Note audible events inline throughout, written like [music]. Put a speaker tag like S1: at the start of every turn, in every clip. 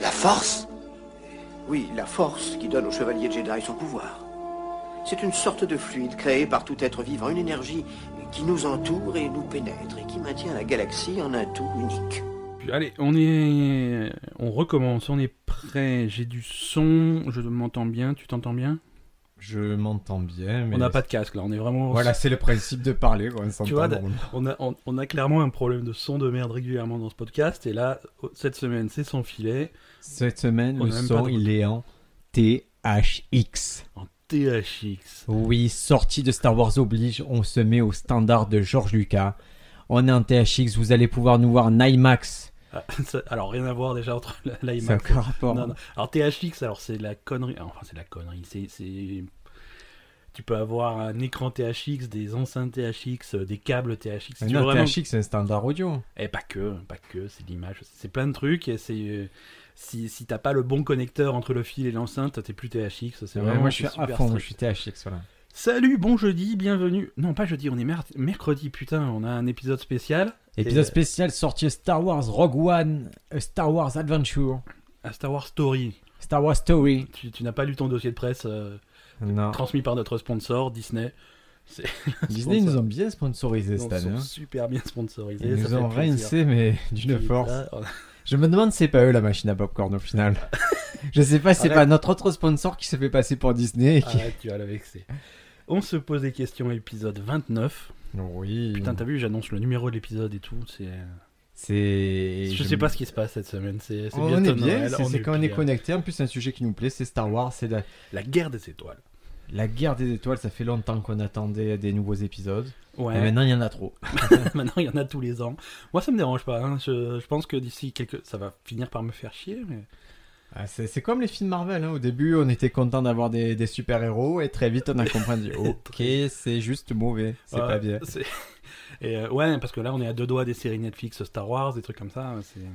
S1: force Oui, la force qui donne au chevalier Jedi son pouvoir. C'est une sorte de fluide créé par tout être vivant, une énergie qui nous entoure et nous pénètre et qui maintient la galaxie en un tout unique.
S2: Puis, allez, on est. On recommence, on est prêt. J'ai du son, je m'entends bien, tu t'entends bien
S3: Je m'entends bien, mais.
S2: On n'a pas de casque là, on est vraiment.
S3: Voilà, c'est le principe de parler, quoi, on
S2: Tu
S3: s'entend
S2: vois,
S3: bon.
S2: [laughs] on a, on, on a clairement un problème de son de merde régulièrement dans ce podcast. Et là, cette semaine, c'est sans filet,
S3: Cette semaine,
S2: on
S3: le
S2: a même
S3: son,
S2: pas de-
S3: il est en THX.
S2: en THX.
S3: Oui, sortie de Star Wars oblige, on se met au standard de George Lucas. On est en THX, vous allez pouvoir nous voir en IMAX.
S2: Ah, [laughs] ça- alors, rien à voir déjà entre la-
S3: C'est
S2: l'IMAX.
S3: encore rapport. hein.
S2: Non, non. Alors, THX, alors c'est la connerie. Enfin, c'est la connerie. C'est. c'est- Tu peux avoir un écran THX, des enceintes THX, euh, des câbles THX. Si
S3: Mais
S2: tu
S3: non,
S2: veux vraiment-
S3: THX, c'est un standard audio.
S2: Et Eh, pas que, pas que, c'est de l'image, c'est plein de trucs. Et c'est euh, si, si t'as pas le bon connecteur entre le fil et l'enceinte, t'es plus THX. C'est
S3: Ouais,
S2: vraiment
S3: moi, je suis
S2: c'est
S3: à
S2: super
S3: fond,
S2: strict.
S3: je suis THX, voilà.
S2: Salut, bon jeudi, bienvenue. Non, pas jeudi, on est mer- mercredi, putain, on a un épisode spécial
S3: Épisode
S2: euh,
S3: spécial sorti Star Wars Rogue One, A Star Wars Adventure,
S2: à Star Wars Story.
S3: Star Wars Story.
S2: Tu, tu n'as pas lu ton dossier de presse euh,
S3: Non,
S2: transmis par notre sponsor Disney.
S3: Disney nous ont bien sponsorisé
S2: Ils
S3: cette
S2: sont
S3: année. hein.
S2: super bien sponsorisés.
S3: Ils
S2: ça
S3: nous
S2: fait
S3: ont
S2: plaisir.
S3: rincé, mais [laughs] d'une
S2: Puis
S3: force.
S2: là, on-
S3: [laughs] Je me demande si c'est pas eux la machine à popcorn
S2: [laughs]
S3: au final. Je sais pas si c'est
S2: Arrête.
S3: pas notre autre sponsor qui se fait passer pour Disney. et qui-
S2: Arrête, tu vas la vexer. On se pose des questions, épisode 29.
S3: Oui.
S2: Putain, t'as vu, j'annonce le numéro de l'épisode et tout. C'est... euh,
S3: C'est.
S2: Je sais pas ce qui se passe cette semaine. C'est, c'est
S3: On
S2: bientôt
S3: est bien,
S2: Noël,
S3: c'est c'est quand on est
S2: bien.
S3: connecté. En plus, c'est un sujet qui nous plaît, c'est Star Wars, c'est la,
S2: La guerre des étoiles.
S3: la guerre des étoiles. Ça fait longtemps qu'on attendait des nouveaux épisodes.
S2: Ouais.
S3: Et maintenant, il y en a trop.
S2: [laughs] Maintenant, il y en a tous les ans. Moi, ça me dérange pas. hein. Je, je pense que d'ici quelques. Ça va finir par me faire chier. Mais...
S3: Ah, c'est c'est comme les films Marvel. hein. Au début, on était content d'avoir des, des super-héros et très vite, on a
S2: [laughs]
S3: compris. ok, c'est juste mauvais. C'est
S2: Ouais,
S3: pas bien.
S2: [laughs] c'est- Et euh, ouais, parce que là, on est à deux doigts des séries Netflix, euh, Star Wars, des trucs comme ça. hein, c'est-
S3: Ouais,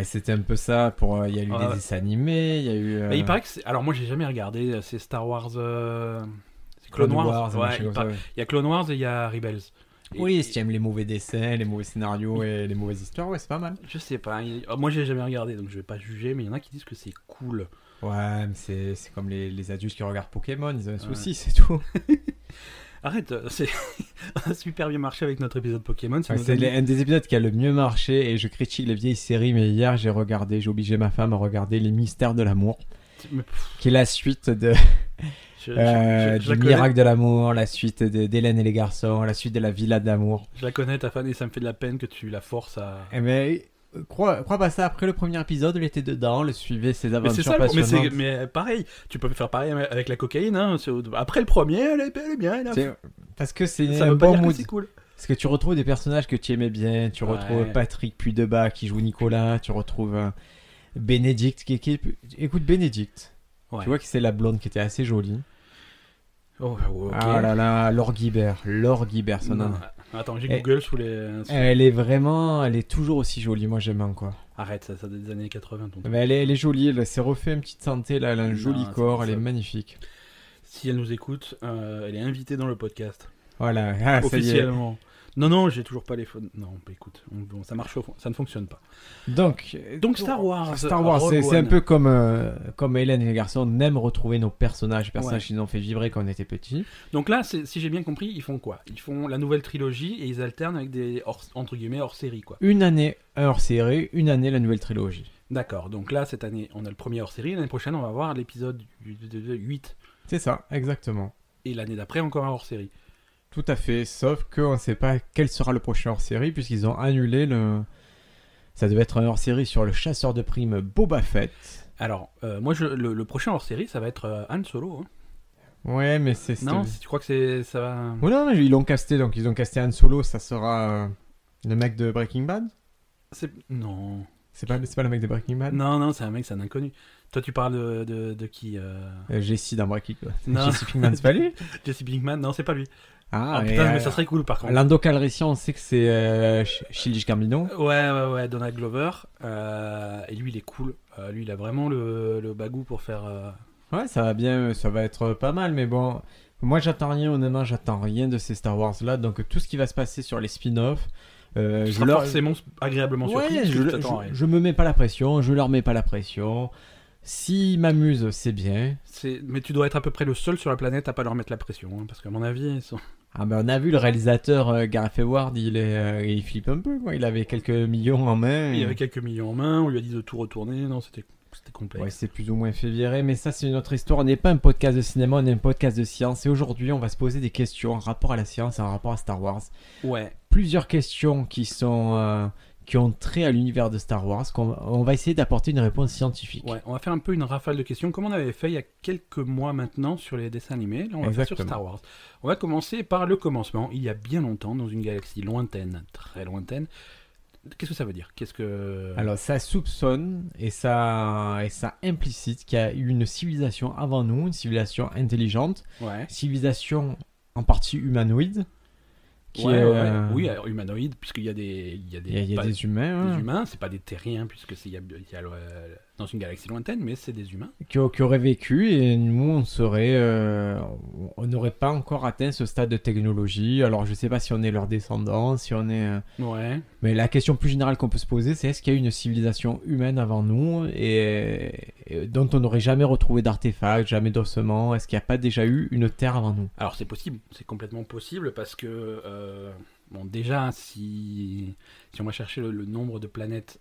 S3: Bah, c'était un peu ça. Pour euh, il y a eu
S2: Ouais.
S3: des dessins animés, il y a eu. euh,
S2: Mais il paraît que. c'est- Alors, moi, j'ai jamais regardé. euh, C'est Star Wars. euh, c'est Clone Wars.
S3: un
S2: Ouais,
S3: machin
S2: il,
S3: comme
S2: paraît-
S3: ça, ouais.
S2: il y a Clone Wars et il y a Rebels. Et-
S3: Oui, si tu aimes les mauvais dessins, les mauvais scénarios et les mauvaises histoires, ouais, c'est pas mal.
S2: Je sais pas. il- oh, Moi, j'ai jamais regardé, donc je vais pas juger. Mais il y en a qui disent que c'est cool.
S3: Ouais, mais c'est c'est comme les, les adultes qui regardent Pokémon, ils ont un souci,
S2: Ouais.
S3: c'est tout.
S2: Arrête, euh, c'est [laughs] on a super bien marché avec notre épisode Pokémon. C'est
S3: Ouais,
S2: nos
S3: c'est
S2: amis.
S3: l'un des épisodes qui a le mieux marché et je critique les vieilles séries, mais hier j'ai regardé, j'ai obligé ma femme à regarder Les Mystères de l'amour,
S2: Mais pff,
S3: qui est la suite de,
S2: je- je-
S3: euh,
S2: je- je la
S3: du
S2: connais.
S3: Miracle de l'amour, la suite de- d'Hélène et les garçons, la suite de la Villa de l'amour.
S2: Je la connais, ta fan, et ça me fait de la peine que tu la forces à.
S3: Eh Mais euh, crois, crois pas ça, après le premier épisode, il était dedans, le suivait ses
S2: Mais
S3: aventures
S2: c'est ça, le- mais, c'est,
S3: passionnantes.
S2: mais euh, pareil, tu peux faire pareil avec la cocaïne. Hein. c'est- Après le premier, elle est, elle est bien, elle a-
S3: C'est- Parce que c'est
S2: ça
S3: un
S2: veut pas
S3: bon
S2: dire que
S3: mood.
S2: c'est cool.
S3: Parce que tu retrouves des personnages que tu aimais bien. Tu
S2: Ouais.
S3: retrouves Patrick Puydebas qui joue Nicolas. Tu retrouves euh, Bénédicte qui, qui- Écoute, Bénédicte.
S2: Ouais.
S3: Tu vois que c'est la blonde qui était assez jolie.
S2: Oh, ok.
S3: Ah là là, Laure Guibert. Laure Guibert, son
S2: Non,
S3: nom.
S2: Attends, j'ai
S3: Eh.
S2: Google sous les. sous-
S3: Elle est vraiment, elle est toujours aussi jolie. Moi j'aime encore.
S2: Arrête, ça, ça date des années 80. ton truc.
S3: Mais ben, elle est, elle est jolie. Elle s'est refait une petite santé. Là, elle a un
S2: Non,
S3: joli
S2: c'est
S3: corps.
S2: pas
S3: Elle
S2: ça.
S3: est magnifique.
S2: Si elle nous écoute, euh, elle est invitée dans le podcast.
S3: Voilà. Ah, ça y est.
S2: officiellement. Non, non, j'ai toujours pas les phones. Non, bah, écoute, on- bon, ça marche au fond, ça ne fonctionne pas.
S3: Donc, euh,
S2: Donc Star Wars.
S3: Star Wars,
S2: Rogue
S3: c'est c'est un
S2: One.
S3: peu comme, euh, comme Hélène et les garçons. On aime retrouver nos personnages, personnages
S2: Ouais.
S3: qui nous ont fait vibrer quand on était petits.
S2: Donc là, c'est- si j'ai bien compris, ils font quoi Ils font la nouvelle trilogie et ils alternent avec des hors, entre guillemets hors série quoi.
S3: une année un hors série, une année la nouvelle trilogie.
S2: D'accord. Donc là, cette année, on a le premier hors série. L'année prochaine, on va voir l'épisode du- de- de- de- 8
S3: C'est ça, exactement.
S2: et l'année d'après encore un hors série.
S3: Tout à fait, sauf qu'on ne sait pas quel sera le prochain hors série puisqu'ils ont annulé le. Ça devait être un hors série sur le chasseur de primes Boba Fett.
S2: Alors, euh, moi, je, le, le prochain hors série, ça va être euh, Han Solo. hein.
S3: Ouais, mais c'est.
S2: Non,
S3: c'est-
S2: si tu crois que c'est ça va
S3: Oh non, mais ils l'ont casté, donc ils ont casté Han Solo, ça sera euh, le mec de Breaking Bad
S2: c'est- Non.
S3: C'est pas, c'est pas le mec de Breaking Bad
S2: Non, non, c'est un mec, c'est un inconnu. Toi, tu parles de, de- de qui euh,
S3: Euh, Jesse dans Breaking Bad. [laughs]
S2: Non.
S3: Jesse Pinkman, c'est pas lui
S2: Jesse Pinkman Non, c'est pas lui.
S3: Ah,
S2: [laughs] Ah,
S3: et,
S2: putain, mais
S3: euh,
S2: ça serait cool par contre.
S3: Lando Calrissian, on sait que c'est euh, Ch- Childish Gambino.
S2: Ouais, ouais, ouais, Donald Glover. euh, et lui, il est cool. Euh, lui, il a vraiment le, le bagou pour faire. euh,
S3: Ouais, ça va bien, euh, ça va être pas mal, mais bon, moi j'attends rien, honnêtement, j'attends rien de ces Star Wars là, donc tout ce qui va se passer sur les spin-offs, Euh,
S2: Tu
S3: je
S2: seras
S3: leur-
S2: forcément agréablement surpris.
S3: Ouais,
S2: parce que
S3: je,
S2: tu
S3: le-
S2: t'attends à rien.
S3: je- je me mets pas la pression, je leur mets pas la pression. S'ils m'amusent, c'est bien.
S2: C'est- Mais tu dois être à peu près le seul sur la planète à pas leur mettre la pression, hein, parce qu'à mon avis, ils sont-
S3: Ah ben on a vu le réalisateur euh, Gareth Edwards, il est, euh, il flippe un peu quoi. Il avait quelques millions en main.
S2: il avait quelques millions en main, on lui a dit de tout retourner, non, c'était c'était complexe.
S3: Ouais, c'est plus ou moins fait virer, mais ça c'est une autre histoire. On n'est pas un podcast de cinéma, on est un podcast de science. Et aujourd'hui, on va se poser des questions en rapport à la science, en rapport à Star Wars.
S2: ouais.
S3: Plusieurs questions qui sont euh, qui ont trait à l'univers de Star Wars. qu'on- on va essayer d'apporter une réponse scientifique.
S2: Ouais, on va faire un peu une rafale de questions, comme on avait fait il y a quelques mois maintenant sur les dessins animés. Là, on va faire sur
S3: Exactement.
S2: Star Wars. On va commencer par le commencement. Il y a bien longtemps, dans une galaxie lointaine, très lointaine. Qu'est-ce que ça veut dire Qu'est-ce que
S3: Alors ça soupçonne et ça et ça implicite qu'il y a eu une civilisation avant nous, une civilisation intelligente,
S2: Ouais.
S3: civilisation en partie humanoïde. qui
S2: Ouais,
S3: est,
S2: ouais,
S3: euh,
S2: Oui, alors, humanoïde, puisqu'il y a des, il y a des,
S3: Il y a, il y a
S2: pas-
S3: des humains
S2: des
S3: hein,
S2: humains. C'est pas des terriens, puisque c'est il y a, il y a le- dans une galaxie lointaine, mais c'est des humains.
S3: qui, qui auraient vécu et nous on serait, euh, on n'aurait pas encore atteint ce stade de technologie. Alors je sais pas si on est leurs descendants, si on est. euh,
S2: Ouais.
S3: Mais la question plus générale qu'on peut se poser, c'est est-ce qu'il y a eu une civilisation humaine avant nous et, et dont on n'aurait jamais retrouvé d'artefacts, jamais d'ossements Est-ce qu'il n'y a pas déjà eu une terre avant nous
S2: Alors c'est possible, c'est complètement possible parce que euh, bon déjà si si on va chercher le, le nombre de planètes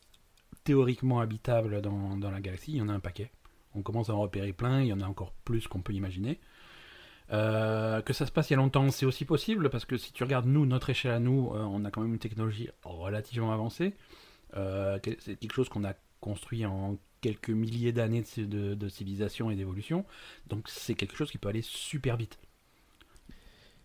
S2: théoriquement habitables dans, dans la galaxie, il y en a un paquet. On commence à en repérer plein, il y en a encore plus qu'on peut imaginer. Euh, que ça se passe il y a longtemps, c'est aussi possible parce que si tu regardes nous, notre échelle à nous, euh, on a quand même une technologie relativement avancée. Euh, que- c'est quelque chose qu'on a construit en quelques milliers d'années de, ci- de- de civilisation et d'évolution. Donc c'est quelque chose qui peut aller super vite.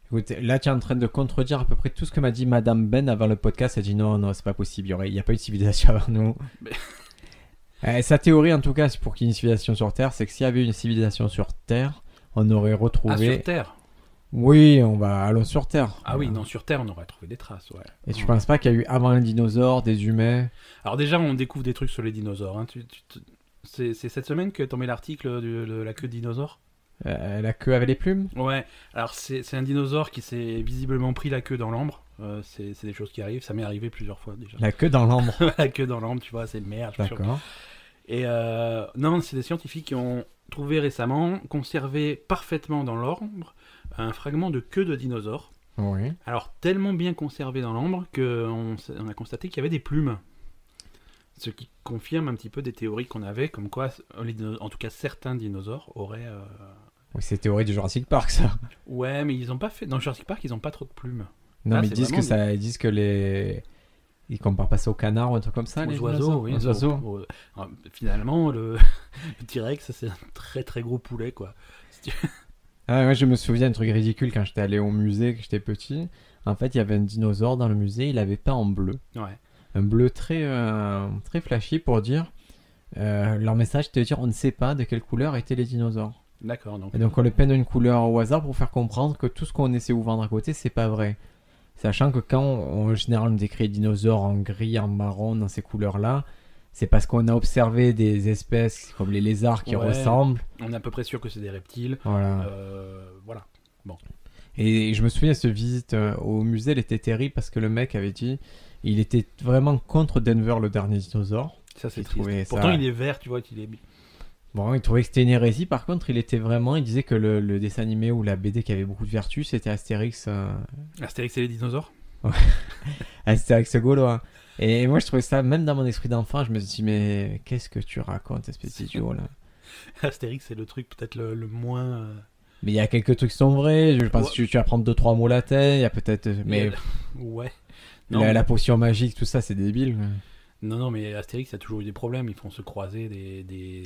S3: Écoute, là, tu es en train de contredire à peu près tout ce que m'a dit Madame Ben avant le podcast. Elle dit non, non, c'est pas possible. Il y aurait- il n'y a pas eu de civilisation avant nous. [laughs]
S2: Mais-
S3: Euh, sa théorie, en tout cas, c'est pour qu'il y ait une civilisation sur Terre, c'est que s'il y avait une civilisation sur Terre, on aurait
S2: Ah,
S3: retrouvé.
S2: sur Terre
S3: oui, on va allons sur Terre.
S2: Ah oui, non, sur Terre, on aurait trouvé des traces, ouais.
S3: Et tu penses pas qu'il y a eu avant les dinosaures des humains
S2: Alors déjà, on découvre des trucs sur les dinosaures. hein. Tu- tu- tu- C'est c'est cette semaine que est tombé l'article du- de la queue de dinosaure
S3: Euh, La queue avait les plumes
S2: Ouais, alors c'est c'est un dinosaure qui s'est visiblement pris la queue dans l'ambre. Euh, c'est c'est des choses qui arrivent, ça m'est arrivé plusieurs fois déjà. [laughs]
S3: La queue dans l'ambre.
S2: la queue dans l'ambre, tu vois, c'est merde. je suis sûr.
S3: D'accord.
S2: Et euh, non, c'est des scientifiques qui ont trouvé récemment, conservé parfaitement dans l'ambre, un fragment de queue de dinosaure.
S3: Oui.
S2: Alors tellement bien conservé dans l'ambre qu'on on a constaté qu'il y avait des plumes. Ce qui confirme un petit peu des théories qu'on avait, comme quoi, euh, les dino- en tout cas certains dinosaures auraient... euh,
S3: Oui, c'est théorie du Jurassic Park, ça.
S2: Ouais, mais ils ont pas fait... Dans Jurassic Park, ils ont pas trop de plumes.
S3: Non,
S2: Ah,
S3: mais ils
S2: c'est
S3: disent que
S2: vraiment
S3: ça, ils disent que les. Ils comparent pas ça aux canards ou un truc comme ça,
S2: Aux
S3: Ah, les
S2: oiseaux,
S3: dinosaures
S2: oui.
S3: Aux oiseaux.
S2: aux- aux- Alors, Finalement, le, [laughs] le T-Rex, c'est un très très gros poulet, quoi.
S3: Ah ouais, je me souviens d'un truc ridicule quand j'étais allé au musée, que j'étais petit. En fait, il y avait un dinosaure dans le musée, il avait peint en bleu.
S2: Ouais.
S3: Un bleu très, euh, très flashy pour dire. euh, leur message c'était de dire on ne sait pas de quelle couleur étaient les dinosaures.
S2: D'accord, donc...
S3: Et donc on le peint d'une couleur au hasard pour faire comprendre que tout ce qu'on essaie de vous vendre à côté c'est pas vrai. Sachant que quand on, en général on décrit les dinosaures en gris, en marron, dans ces couleurs là, c'est parce qu'on a observé des espèces comme les lézards qui
S2: Ouais.
S3: ressemblent.
S2: On est à peu près sûr que c'est des reptiles.
S3: Voilà.
S2: Euh, voilà.
S3: Et je me souviens, cette visite euh, au musée, elle était terrible parce que le mec avait dit il était vraiment contre Denver, le dernier dinosaure.
S2: Ça, c'est
S3: J'ai
S2: triste.
S3: trouvé ça-
S2: Pourtant, il est vert, tu vois, il est...
S3: Bon, il trouvait que c'était une hérésie. Par contre, il était vraiment. Il disait que le, le dessin animé ou la BD qui avait beaucoup de vertus, c'était Astérix, euh,
S2: Astérix et les dinosaures [laughs]
S3: Astérix gaulois. Et moi, je trouvais ça, même dans mon esprit d'enfant, je me suis dit mais qu'est-ce que tu racontes, espèce d'idiot là
S2: Astérix, c'est le truc peut-être le, le moins. euh,
S3: Mais il y a quelques trucs qui sont vrais. Je pense
S2: Ouais.
S3: que tu, tu vas prendre deux trois mots latins. Il y a peut-être. Mais
S2: Ouais. Non,
S3: la, la potion magique, tout ça, c'est débile.
S2: non, non, mais Astérix a toujours eu des problèmes. Ils font se croiser des, des,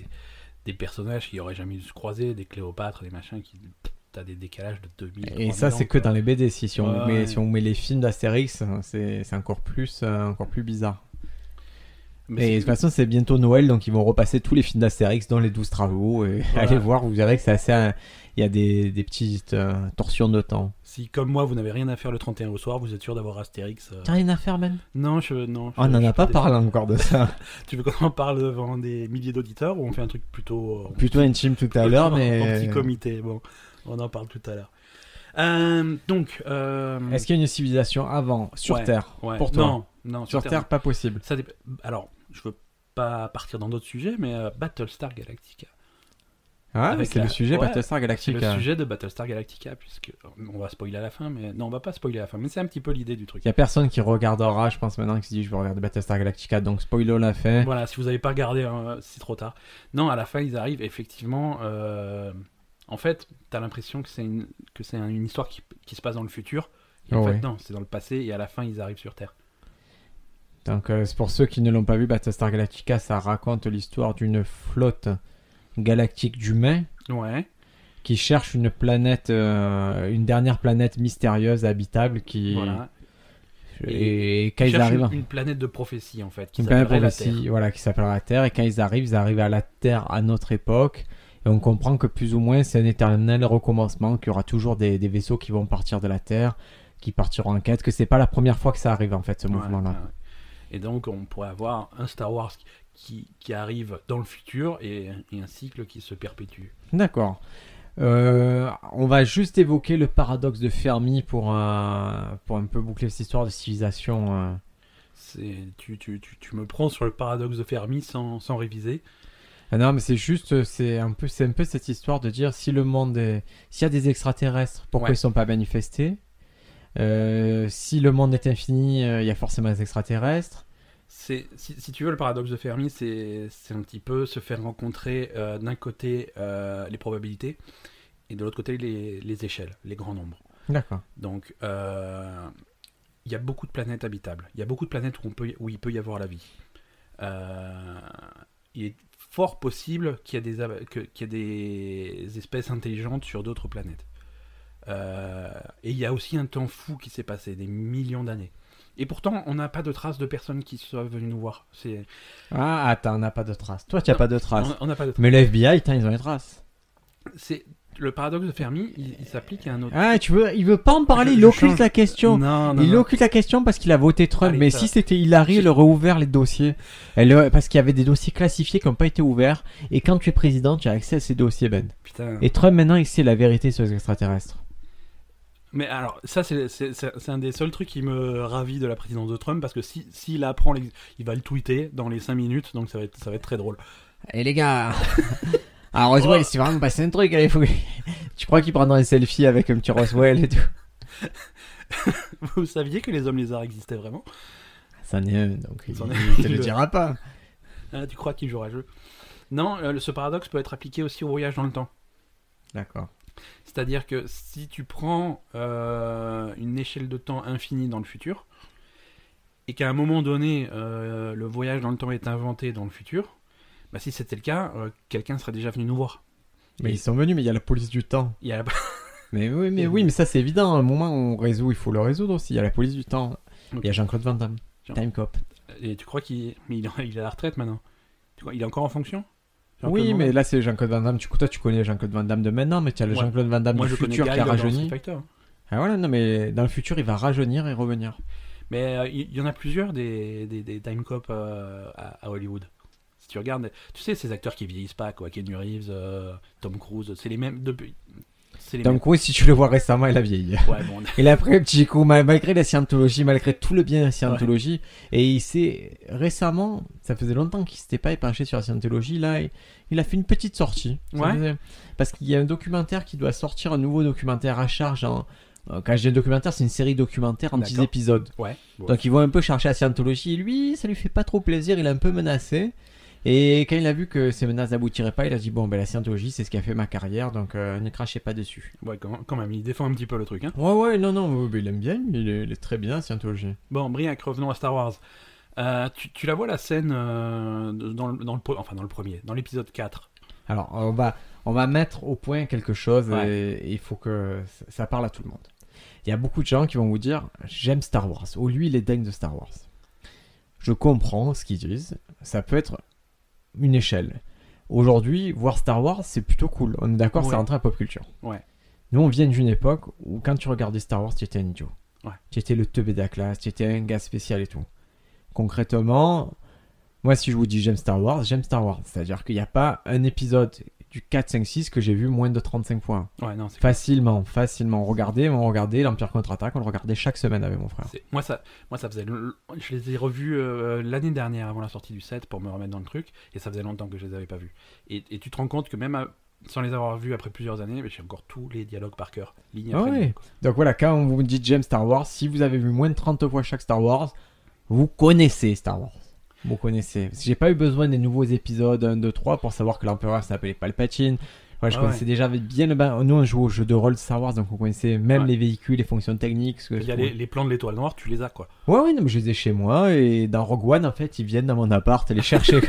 S2: des personnages qui auraient jamais dû se croiser, des Cléopâtres, des machins qui. T'as des décalages de 2000.
S3: Et ça,
S2: 3000
S3: c'est
S2: ans,
S3: que
S2: quoi.
S3: dans les BD. Si, si, on,
S2: Ouais,
S3: met,
S2: ouais.
S3: si on met les films d'Astérix, hein, c'est c'est encore plus, euh, encore plus bizarre.
S2: Mais
S3: Et
S2: c'est-
S3: de toute façon, c'est bientôt Noël, donc ils vont repasser tous les films d'Astérix dans les 12 travaux. Et
S2: Voilà.
S3: [laughs] allez voir, vous verrez que c'est assez. un- Il y a des, des petites euh, torsions de temps.
S2: si, comme moi, vous n'avez rien à faire le 31 au soir, vous êtes sûr d'avoir Astérix. euh,
S3: T'as rien à faire, même
S2: Non, je. Non,
S3: On
S2: je-
S3: n'en
S2: je
S3: a
S2: suis
S3: pas
S2: dé-
S3: parlé encore de ça.
S2: Tu veux qu'on en parle devant des milliers d'auditeurs ou on fait un truc plutôt. euh,
S3: [laughs] Plutôt intime tout à l'heure,
S2: en- En petit
S3: mais.
S2: comité, bon. On en parle tout à l'heure. Euh, donc. euh,
S3: Est-ce qu'il y a une civilisation avant, sur
S2: Ouais,
S3: Terre
S2: Ouais.
S3: Pour toi
S2: Non, Non,
S3: Sur Terre, pas possible.
S2: Ça dép- Alors, je veux pas partir dans d'autres sujets, mais euh, Battlestar Galactica.
S3: Ah,
S2: Avec
S3: c'est
S2: la-
S3: le sujet
S2: ouais,
S3: Battlestar
S2: C'est le
S3: Galactica. Il
S2: sujet de Battlestar Galactica, puisque euh, on va spoiler à la fin, mais non, on va pas spoiler à la fin, mais c'est un petit peu l'idée du truc.
S3: y a personne qui regardera, je pense maintenant, qui se dit je vais regarder Battlestar Galactica. Donc spoiler la fin.
S2: Voilà, si vous n'avez pas regardé, hein, c'est trop tard. Non, à la fin, ils arrivent, effectivement. euh, En fait, t'as l'impression que c'est une... que c'est un- une histoire qui... qui se passe dans le futur. Et en
S3: Ouais.
S2: fait, non, c'est dans le passé, et à la fin, ils arrivent sur Terre.
S3: Donc euh, c'est pour ceux qui ne l'ont pas vu, Battlestar Galactica, ça raconte l'histoire d'une flotte galactique d'humains
S2: Ouais,
S3: qui cherche une planète, euh, une dernière planète mystérieuse habitable qui
S2: voilà.
S3: et, et quand
S2: Ils
S3: ils
S2: cherchent
S3: arrivent,
S2: une, une planète de prophétie, en fait, qui
S3: une planète
S2: s'appellerait la
S3: prophétie,
S2: Terre.
S3: voilà, qui s'appelle la Terre et quand ils arrivent, ils arrivent à la Terre à notre époque et on comprend que plus ou moins c'est un éternel recommencement, qu'il y aura toujours des, des vaisseaux qui vont partir de la Terre, qui partiront en quête, que c'est pas la première fois que ça arrive en fait ce
S2: Ouais,
S3: mouvement-là.
S2: ouais, ouais. Et donc, on pourrait avoir un Star Wars qui, qui arrive dans le futur et, et un cycle qui se perpétue.
S3: D'accord. Euh, on va juste évoquer le paradoxe de Fermi pour, euh, pour un peu boucler cette histoire de civilisation. euh.
S2: C'est tu, tu, tu, tu me prends sur le paradoxe de Fermi sans, sans réviser.
S3: Ah non, mais c'est juste, c'est un, peu, c'est un peu cette histoire de dire si le monde est. S'il y a des extraterrestres, pourquoi
S2: Ouais.
S3: ils ne sont pas manifestés Euh, Si le monde est infini, euh, il y a forcément des extraterrestres.
S2: C'est, si, si tu veux, le paradoxe de Fermi, c'est, c'est un petit peu se faire rencontrer euh, d'un côté euh, les probabilités et de l'autre côté les, les échelles, les grands nombres.
S3: D'accord.
S2: Donc, euh, il y a beaucoup de planètes habitables. Il y a beaucoup de planètes où, on peut, où il peut y avoir la vie. Euh, il est fort possible qu'il y, a des av- que- qu'il y a des espèces intelligentes sur d'autres planètes. Euh, et il y a aussi un temps fou qui s'est passé, des millions d'années. Et pourtant, on n'a pas de traces de personnes qui soient venues nous voir. C'est-
S3: Ah, attends, on n'a pas de traces. Toi, tu n'as
S2: Non,
S3: pas de traces.
S2: on- On n'a pas de traces.
S3: Mais le FBI, tain, ils ont les traces.
S2: C'est- Le paradoxe de Fermi, il, il s'applique à un autre.
S3: Ah, tu veux, il veut pas en parler,
S2: Je-
S3: il
S2: je
S3: occulte
S2: change.
S3: la question.
S2: non, non,
S3: il
S2: non.
S3: occulte la question parce qu'il a voté Trump.
S2: Allez,
S3: mais
S2: ça.
S3: si c'était Hillary, il aurait ouvert les dossiers. Elle, aurait- parce qu'il y avait des dossiers classifiés qui n'ont pas été ouverts. Et quand tu es président, tu as accès à ces dossiers, Ben.
S2: Putain.
S3: Et Trump, maintenant, il sait la vérité sur les extraterrestres.
S2: Mais alors, ça, c'est c'est- c'est- c'est un des seuls trucs qui me ravit de la présidence de Trump, parce que s'il si, s'il apprend, l'ex- il va le tweeter dans les 5 minutes, donc ça va être, ça va être très drôle. [laughs]
S3: Et Eh, les gars, [laughs] à Roswell, c'est vraiment passé un truc. Allez, faut... [laughs] tu crois qu'il prendrait un selfie avec un petit Roswell et [laughs] tout
S2: Vous saviez que les hommes lézards existaient vraiment
S3: Ça n'est un, donc il,
S2: C'en est
S3: [laughs] il te
S2: un.
S3: le dira pas.
S2: Hein, Tu crois qu'il jouera le jeu Non, euh, ce paradoxe peut être appliqué aussi au voyage dans le temps.
S3: D'accord.
S2: C'est-à-dire que si tu prends euh, une échelle de temps infinie dans le futur, et qu'à un moment donné, euh, le voyage dans le temps est inventé dans le futur, bah, si c'était le cas, euh, quelqu'un serait déjà venu nous voir.
S3: Mais ils sont venus, mais il y a la police du temps.
S2: Il y a-
S3: Mais oui, mais oui, mais ça c'est évident. À un moment où on résout, il faut le résoudre aussi. Il y a la police du temps. Il y a Jean-Claude Van Damme.
S2: Jean-
S3: Time Cop.
S2: Et tu crois qu'il mais il, il est à la retraite maintenant Tu crois- Il est encore en fonction
S3: Oui, mais là c'est Jean-Claude Van Damme. Du coup, toi tu connais Jean-Claude Van Damme de maintenant, mais tu as le
S2: Ouais.
S3: Jean-Claude Van Damme
S2: moi
S3: du
S2: je connais
S3: futur
S2: Gary
S3: qui a
S2: dans
S3: rajeuni.
S2: Street Fighter, hein.
S3: Ah voilà, non, mais dans le futur, il va rajeunir et revenir.
S2: Mais euh, il il y, en a plusieurs des, des, des Time Cop euh, à, à Hollywood. Si tu regardes, tu sais, ces acteurs qui vieillissent pas, quoi. Keanu Reeves, euh, Tom Cruise, c'est les mêmes depuis. C'est les
S3: Donc oui, si tu le vois récemment, il
S2: [laughs]
S3: a vieilli.
S2: mêmes. Ouais, bon,
S3: Il a pris un petit coup, ma- malgré la scientologie, malgré tout le bien de la scientologie. Et il s'est récemment, ça faisait longtemps qu'il s'était pas épanché sur la scientologie. Là, il, il a fait une petite sortie. Ça
S2: Ouais.
S3: faisait- Parce qu'il y a un documentaire qui doit sortir, un nouveau documentaire à charge. En... euh, Quand je dis un documentaire, c'est une série documentaire en petits
S2: D'accord.
S3: épisodes.
S2: ouais. bon.
S3: Donc ils vont un peu chercher la scientologie. Et lui, ça lui fait pas trop plaisir, il est un peu menacé. Et quand il a vu que ces menaces n'aboutiraient pas, il a dit Bon, ben la scientologie, c'est ce qui a fait ma carrière, donc euh, ne crachez pas dessus.
S2: Ouais, quand, quand même, il défend un petit peu le truc. Hein.
S3: Ouais, ouais, non, non, mais il aime bien, il est, il est très bien, Scientologie.
S2: Bon, Briac, revenons à Star Wars. Euh, tu, tu la vois la scène euh, dans, le, dans le pre- enfin dans le premier, dans l'épisode 4.
S3: Alors, on va, on va mettre au point quelque chose
S2: Ouais.
S3: et il faut que ça- ça parle à tout le monde. Il y a beaucoup de gens qui vont vous dire J'aime Star Wars, ou lui, il est dingue de Star Wars. Je comprends ce qu'ils disent, ça peut être une échelle. Aujourd'hui, voir Star Wars, c'est plutôt cool. On est d'accord,
S2: Ouais.
S3: c'est rentré à pop culture.
S2: Ouais.
S3: Nous, on vient d'une époque où quand tu regardais Star Wars, tu étais un idiot.
S2: Ouais.
S3: Tu étais le teubé de la classe, tu étais un gars spécial et tout. Concrètement, moi, si je vous dis j'aime Star Wars, j'aime Star Wars. C'est-à-dire qu'il n'y a pas un épisode du 4, 5, 6 que j'ai vu moins de 35 fois.
S2: Ouais, non, c'est
S3: Facilement, facilement. Regardez, on regardait l'Empire contre-attaque, on le regardait chaque semaine avec mon frère.
S2: C'est- Moi ça, moi, ça faisait. l- Je les ai revus euh, l'année dernière avant la sortie du set pour me remettre dans le truc, et ça faisait longtemps que je les avais pas vus. Et, et tu te rends compte que même à- sans les avoir vus après plusieurs années, mais j'ai encore tous les dialogues par cœur, ligne
S3: Ah
S2: après
S3: ouais.
S2: ligne, quoi.
S3: Donc voilà, quand on vous dit j'aime Star Wars, si vous avez vu moins de 30 fois chaque Star Wars, vous connaissez Star Wars. Vous connaissez. Parce que J'ai pas eu besoin des nouveaux épisodes 1, 2, 3 pour savoir que l'empereur s'appelait Palpatine. Voilà, je
S2: Ah ouais.
S3: connaissais déjà bien le bain. Nous, on joue au jeu de rôle Star Wars, donc on connaissait même
S2: Ouais.
S3: les véhicules, les fonctions techniques. ce que
S2: Il y a
S3: je
S2: les, les plans de l'étoile noire, tu les as quoi.
S3: Ouais, ouais, non, mais je les ai chez moi et dans Rogue One, en fait, ils viennent dans mon appart
S2: [laughs]
S3: les chercher.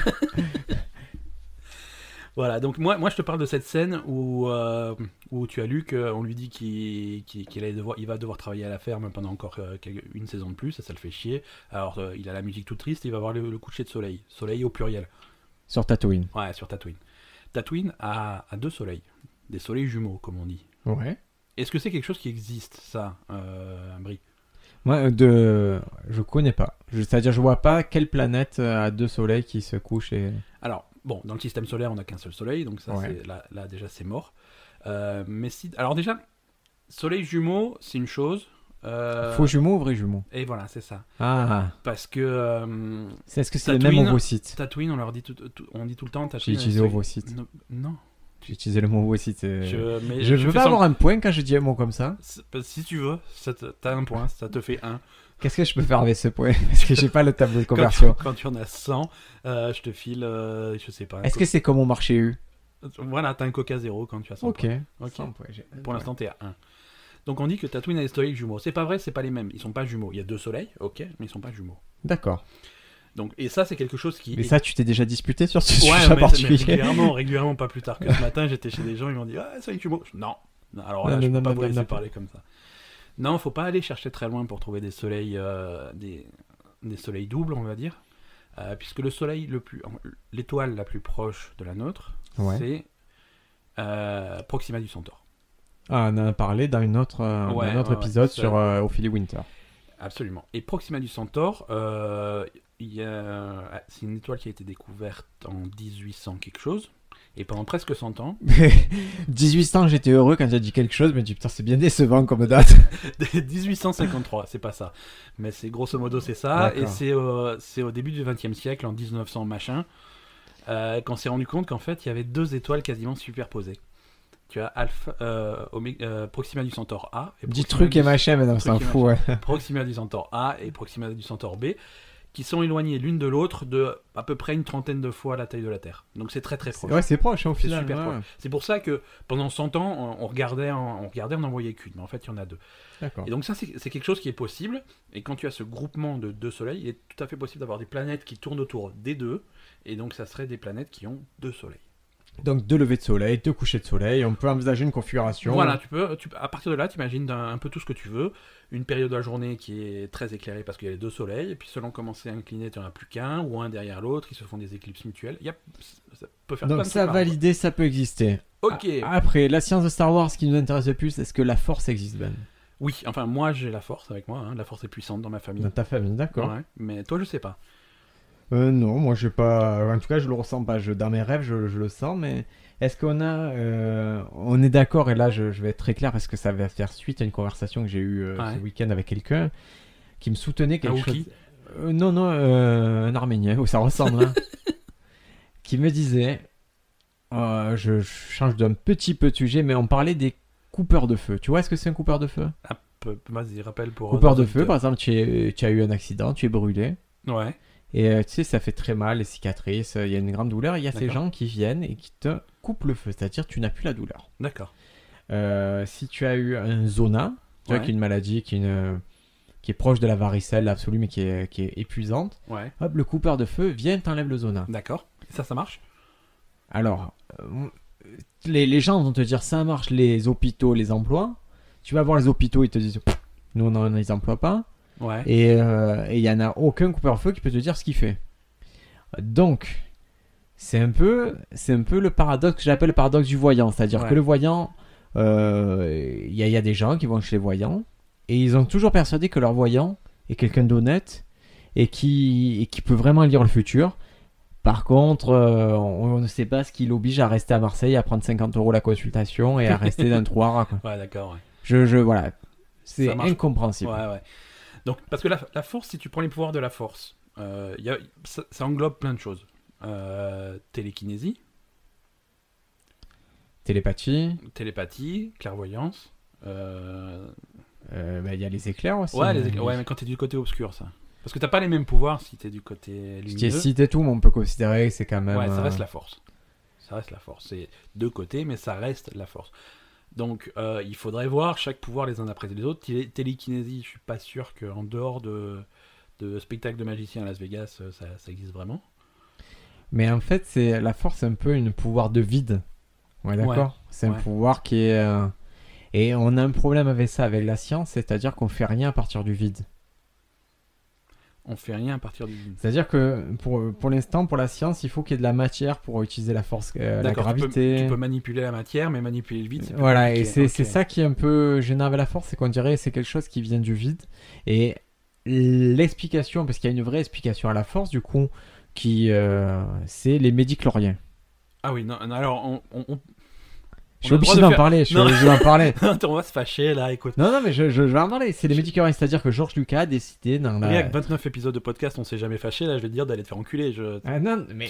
S2: Voilà, donc moi, moi je te parle de cette scène où, euh, où tu as Luc, euh, on lui dit qu'il qu'il- qu'il allait devoir, il va devoir travailler à la ferme pendant encore euh, quelques- une saison de plus, ça, ça le fait chier. Alors euh, il a la musique toute triste, il va voir le, le coucher de soleil, soleil au pluriel,
S3: Sur Tatooine.
S2: ouais, sur Tatooine. Tatooine a, a deux soleils, des soleils jumeaux comme on dit.
S3: Ouais.
S2: Est-ce que c'est quelque chose qui existe ça, euh, Brie
S3: Moi, euh, de... je connais pas. Je- C'est-à-dire, je vois pas quelle planète euh, a deux soleils qui se couchent et.
S2: Alors, bon, dans le système solaire, on n'a qu'un seul soleil, donc ça,
S3: Ouais.
S2: c'est- là, là, déjà, c'est mort. Euh, mais si. Alors, déjà, soleil jumeau, c'est une chose. euh,
S3: Faux jumeaux ou vrai jumeaux
S2: Et voilà, c'est ça.
S3: Ah,
S2: Parce que euh,
S3: c'est est-ce que c'est le
S2: Tatooine.
S3: même ovocyte
S2: Tatooine, on leur dit tout, tout- on dit tout le temps Tatooine.
S3: J'ai utilisé
S2: euh,
S3: ovocyte.
S2: Non. non.
S3: J'ai utilisé le mot ovocyte. euh,
S2: Je,
S3: Je,
S2: mais
S3: veux
S2: fais
S3: pas
S2: semblant-
S3: avoir un point quand je dis un mot comme ça.
S2: C'est- Si tu veux, ça te- t'as un point, ça te fait un.
S3: Qu'est-ce que je peux faire avec ce point [laughs] Parce que j'ai pas le tableau de
S2: Quand tu,
S3: conversion.
S2: quand tu en as 100, euh, je te file, euh, je sais pas. un
S3: Est-ce que c'est comme au marché U
S2: co- Voilà, t'as un coca zéro quand tu as 100
S3: Ok.
S2: points. Ok.
S3: Sans point, j'ai un
S2: Pour
S3: point.
S2: l'instant, t'es à 1. Donc on dit que Tatooine a des soleils jumeaux. C'est pas vrai, c'est pas les mêmes. Ils sont pas jumeaux. Il y a deux soleils, ok, mais ils sont pas jumeaux.
S3: D'accord.
S2: Donc, et ça, c'est quelque chose qui.
S3: Mais ça, [laughs] tu t'es déjà disputé sur ce
S2: ouais,
S3: sujet
S2: mais- mais
S3: particulier.
S2: régulièrement, régulièrement, pas plus tard que ce matin, j'étais chez des gens, ils m'ont dit Ah, soleil jumeaux. Je- Non. Non, Alors là,
S3: Non,
S2: je
S3: non,
S2: peux
S3: non,
S2: pas
S3: non,
S2: vous
S3: non,
S2: laisser
S3: non.
S2: parler comme ça. Non, faut pas aller chercher très loin pour trouver des soleils, euh, des, des soleils doubles, on va dire. Euh, puisque le soleil le plus. L'étoile la plus proche de la nôtre,
S3: Ouais.
S2: c'est euh, Proxima du Centaure.
S3: Ah, on en a parlé dans une autre, euh,
S2: Ouais,
S3: un autre
S2: ouais, ouais,
S3: épisode
S2: c'est-
S3: sur euh, Ophélie Winter.
S2: Absolument. Et Proxima du Centaure, euh, il y a- c'est une étoile qui a été découverte en 1800 quelque chose. Et pendant presque 100 ans,
S3: [laughs] 18 ans, j'étais heureux quand j'ai dit quelque chose, mais je dis, putain, c'est bien décevant comme [laughs] date.
S2: [laughs] 1853, c'est pas ça. Mais c'est grosso modo c'est ça. Et
S3: D'accord.
S2: c'est au, c'est au début du 20e siècle, en 1900 machin, euh, qu'on s'est rendu compte qu'en fait il y avait deux étoiles quasiment superposées. Tu as Alpha, euh, Omé- euh, Proxima du Centaure A et
S3: Dis
S2: Proxima
S3: truc
S2: du-
S3: et machin, mais non,
S2: Truc
S3: s'en
S2: et
S3: fout. Ouais.
S2: Proxima du Centaure A et Proxima du Centaure B, qui sont éloignées l'une de l'autre de à peu près une trentaine de fois la taille de la Terre. Donc c'est très très proche.
S3: Ouais, c'est proche hein, au
S2: C'est
S3: final.
S2: super
S3: ouais.
S2: proche. C'est pour ça que pendant 100 ans, on, on regardait, en- on regardait, on n'en voyait qu'une, mais en fait il y en a deux.
S3: D'accord.
S2: Et donc ça c'est c'est quelque chose qui est possible, et quand tu as ce groupement de deux soleils, il est tout à fait possible d'avoir des planètes qui tournent autour des deux, et donc ça serait des planètes qui ont deux soleils.
S3: Donc deux levées de soleil, deux couchers de soleil, on peut envisager une configuration.
S2: Voilà, tu peux, tu, peux- à partir de là, tu imagines un, un peu tout ce que tu veux. Une période de la journée qui est très éclairée parce qu'il y a les deux soleils, et puis selon comment c'est incliné, tu n'en as plus qu'un, ou un derrière l'autre, ils se font des éclipses mutuelles. Il y a- ça peut faire plein
S3: Donc
S2: de
S3: ça
S2: trucs marrants,
S3: validé, ça peut exister.
S2: quoi. Ok,
S3: A- Après, la science de Star Wars qui nous intéresse le plus, est-ce que la force existe, Ben
S2: oui, enfin moi j'ai la force avec moi, hein. la force est puissante dans ma famille.
S3: Dans ta famille, d'accord.
S2: Ouais, mais toi je sais pas.
S3: Euh, non, moi j'ai pas. euh, En tout cas, je le ressens pas. Je, dans mes rêves, je, je le sens, mais est-ce qu'on a. euh, On est d'accord, et là je, je vais être très clair parce que ça va faire suite à une conversation que j'ai eue euh,
S2: Ouais.
S3: ce week-end avec quelqu'un qui me soutenait quelque
S2: Un
S3: chose.
S2: Wookie
S3: Euh, non, non, euh, un Arménien, oh, ça ressemble,
S2: [laughs]
S3: hein. qui me disait. euh, je change d'un petit peu de sujet, mais on parlait des coupeurs de feu. Tu vois, est-ce que c'est un coupeur de feu
S2: Peu- Vas-y, rappelle pour. euh,
S3: Coupeur
S2: nos
S3: de feu, par
S2: auditeurs.
S3: exemple, tu, es- tu as eu un accident, tu es brûlé.
S2: Ouais.
S3: Et euh, tu sais, ça fait très mal, les cicatrices, euh, il y a une grande douleur. Il y a ces
S2: D'accord.
S3: gens qui viennent et qui te coupent le feu, c'est-à-dire tu n'as plus la douleur.
S2: D'accord.
S3: Euh, si tu as eu un zona, tu vois,
S2: Ouais.
S3: qui est une maladie qui est, une- euh, qui est proche de la varicelle absolue, mais qui est, qui est épuisante,
S2: Ouais.
S3: hop, le coupeur de feu vient, t'enlève le zona.
S2: D'accord. Ça, ça marche.
S3: Alors, euh, les, les gens vont te dire ça marche, les hôpitaux, les emplois. Tu vas voir les hôpitaux, ils te disent Pff, nous, on ne les emploie pas.
S2: Ouais.
S3: Et euh, et il y en a aucun coupeur-feu qui peut te dire ce qu'il fait. Donc, c'est un peu, c'est un peu le paradoxe que j'appelle le paradoxe du voyant, c'est-à-dire
S2: Ouais.
S3: que le voyant, euh, il y, a- il y a des gens qui vont chez les voyants et ils ont toujours persuadé que leur voyant est quelqu'un d'honnête et qui, et qui peut vraiment lire le futur. Par contre, euh, on, on ne sait pas ce qui l'oblige à rester à Marseille, à prendre 50 euros la consultation et à
S2: [laughs]
S3: rester dans le trou à rats, quoi.
S2: Ouais, d'accord. ouais.
S3: Je, je, voilà. C'est
S2: Ça marche.
S3: incompréhensible.
S2: Ouais, ouais. Donc, parce que la, la force, si tu prends les pouvoirs de la force, euh, y a- ça, ça englobe plein de choses. Euh, télékinésie,
S3: Télépathie,
S2: télépathie, clairvoyance. euh,
S3: euh, bah, il y a les éclairs aussi.
S2: Ouais, les éclairs- ouais, mais quand t'es du côté obscur, ça. Parce que t'as pas les mêmes pouvoirs si t'es du côté
S3: Je t'ai
S2: lumineux.
S3: cité tout, mais on peut considérer que c'est quand même.
S2: Ouais, ça
S3: euh,
S2: reste la force. Ça reste la force. C'est deux côtés, mais ça reste la force. Donc, euh, il faudrait voir chaque pouvoir les uns après les autres. Télé- Télékinésie, je suis pas sûr qu'en dehors de, de spectacle de magicien à Las Vegas, euh, ça, ça existe vraiment.
S3: Mais en fait, c'est la force, c'est un peu une pouvoir de vide. Ouais, d'accord. C'est un
S2: ouais.
S3: pouvoir qui est. euh, Et on a un problème avec ça, avec la science, c'est-à-dire qu'on fait rien à partir du vide.
S2: On fait rien à partir du.
S3: C'est-à-dire que pour, pour l'instant, pour la science, il faut qu'il y ait de la matière pour utiliser la force, euh, la
S2: D'accord, tu peux-
S3: gravité.
S2: Tu peux, manipuler la matière, mais manipuler le vide, c'est plus
S3: Voilà, et
S2: compliqué.
S3: c'est
S2: Ok.
S3: c'est ça qui est un peu gênant avec la force, c'est qu'on dirait que c'est quelque chose qui vient du vide. Et l'explication, parce qu'il y a une vraie explication à la force, du coup, qui euh, c'est les médicloriens.
S2: Ah oui, non, non, alors on, on, on-
S3: Je
S2: on a le droit
S3: suis obligé
S2: de
S3: d'en
S2: faire-
S3: parler, je suis
S2: Non.
S3: obligé d'en
S2: [laughs]
S3: parler.
S2: Attends, on va se fâcher là, écoute.
S3: Non, non, mais je, je- je vais en parler. C'est les médicloriens, c'est-à-dire que George Lucas a décidé. Dans la-
S2: Rien que 29 épisodes de podcast, on s'est jamais fâché, là je vais te dire d'aller te faire enculer. Je...
S3: Ah non, mais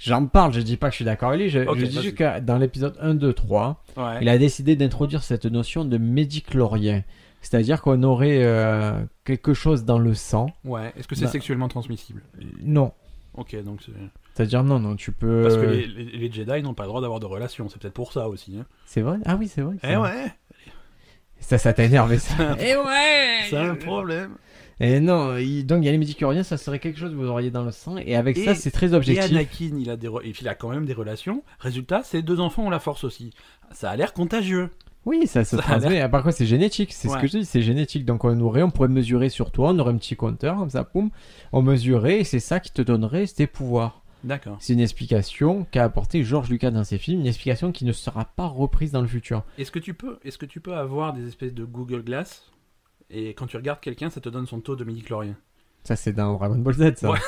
S3: j'en parle, je dis pas que je suis d'accord avec lui. Je,
S2: Ok,
S3: je dis
S2: vas-y.
S3: juste que dans l'épisode 1, 2, 3,
S2: Ouais.
S3: Il a décidé d'introduire cette notion de médiclorien. C'est-à-dire qu'on aurait euh, quelque chose dans le sang.
S2: Ouais, est-ce que c'est
S3: Bah.
S2: sexuellement transmissible
S3: Non.
S2: Ok, donc c'est-
S3: C'est-à-dire, non, non, tu peux.
S2: Parce que les, les- les Jedi n'ont pas le droit d'avoir de relations, c'est peut-être pour ça aussi. hein.
S3: C'est vrai Ah oui, c'est vrai. c'est
S2: Eh
S3: vrai.
S2: ouais,
S3: Ça, ça t'a énervé, ça.
S2: [laughs] Eh c'est un problème.
S3: Et non, il- donc il y a les médicloriens, ça serait quelque chose que vous auriez dans le sang. Et avec
S2: Et-
S3: ça, c'est très
S2: Et
S3: objectif.
S2: Anakin, il a, des re- il a quand même des relations. Résultat, ses deux enfants ont la force aussi. Ça a l'air contagieux.
S3: Oui, ça se
S2: Ça a
S3: transmet. Ah, Par contre, c'est génétique. C'est ce
S2: Ouais.
S3: que je dis, c'est génétique. Donc on aurait, on pourrait mesurer sur toi, on aurait un petit compteur, comme ça, poum. On mesurait, et c'est ça qui te donnerait tes pouvoirs.
S2: D'accord.
S3: C'est une explication qu'a apporté George Lucas dans ses films, une explication qui ne sera pas reprise dans le futur.
S2: Est-ce que tu peux, est-ce que tu peux avoir des espèces de Google Glass et quand tu regardes quelqu'un, ça te donne son taux de midi-chlorien [laughs]
S3: Ça, c'est dans Dragon Ball Z, ça.
S2: Ouais.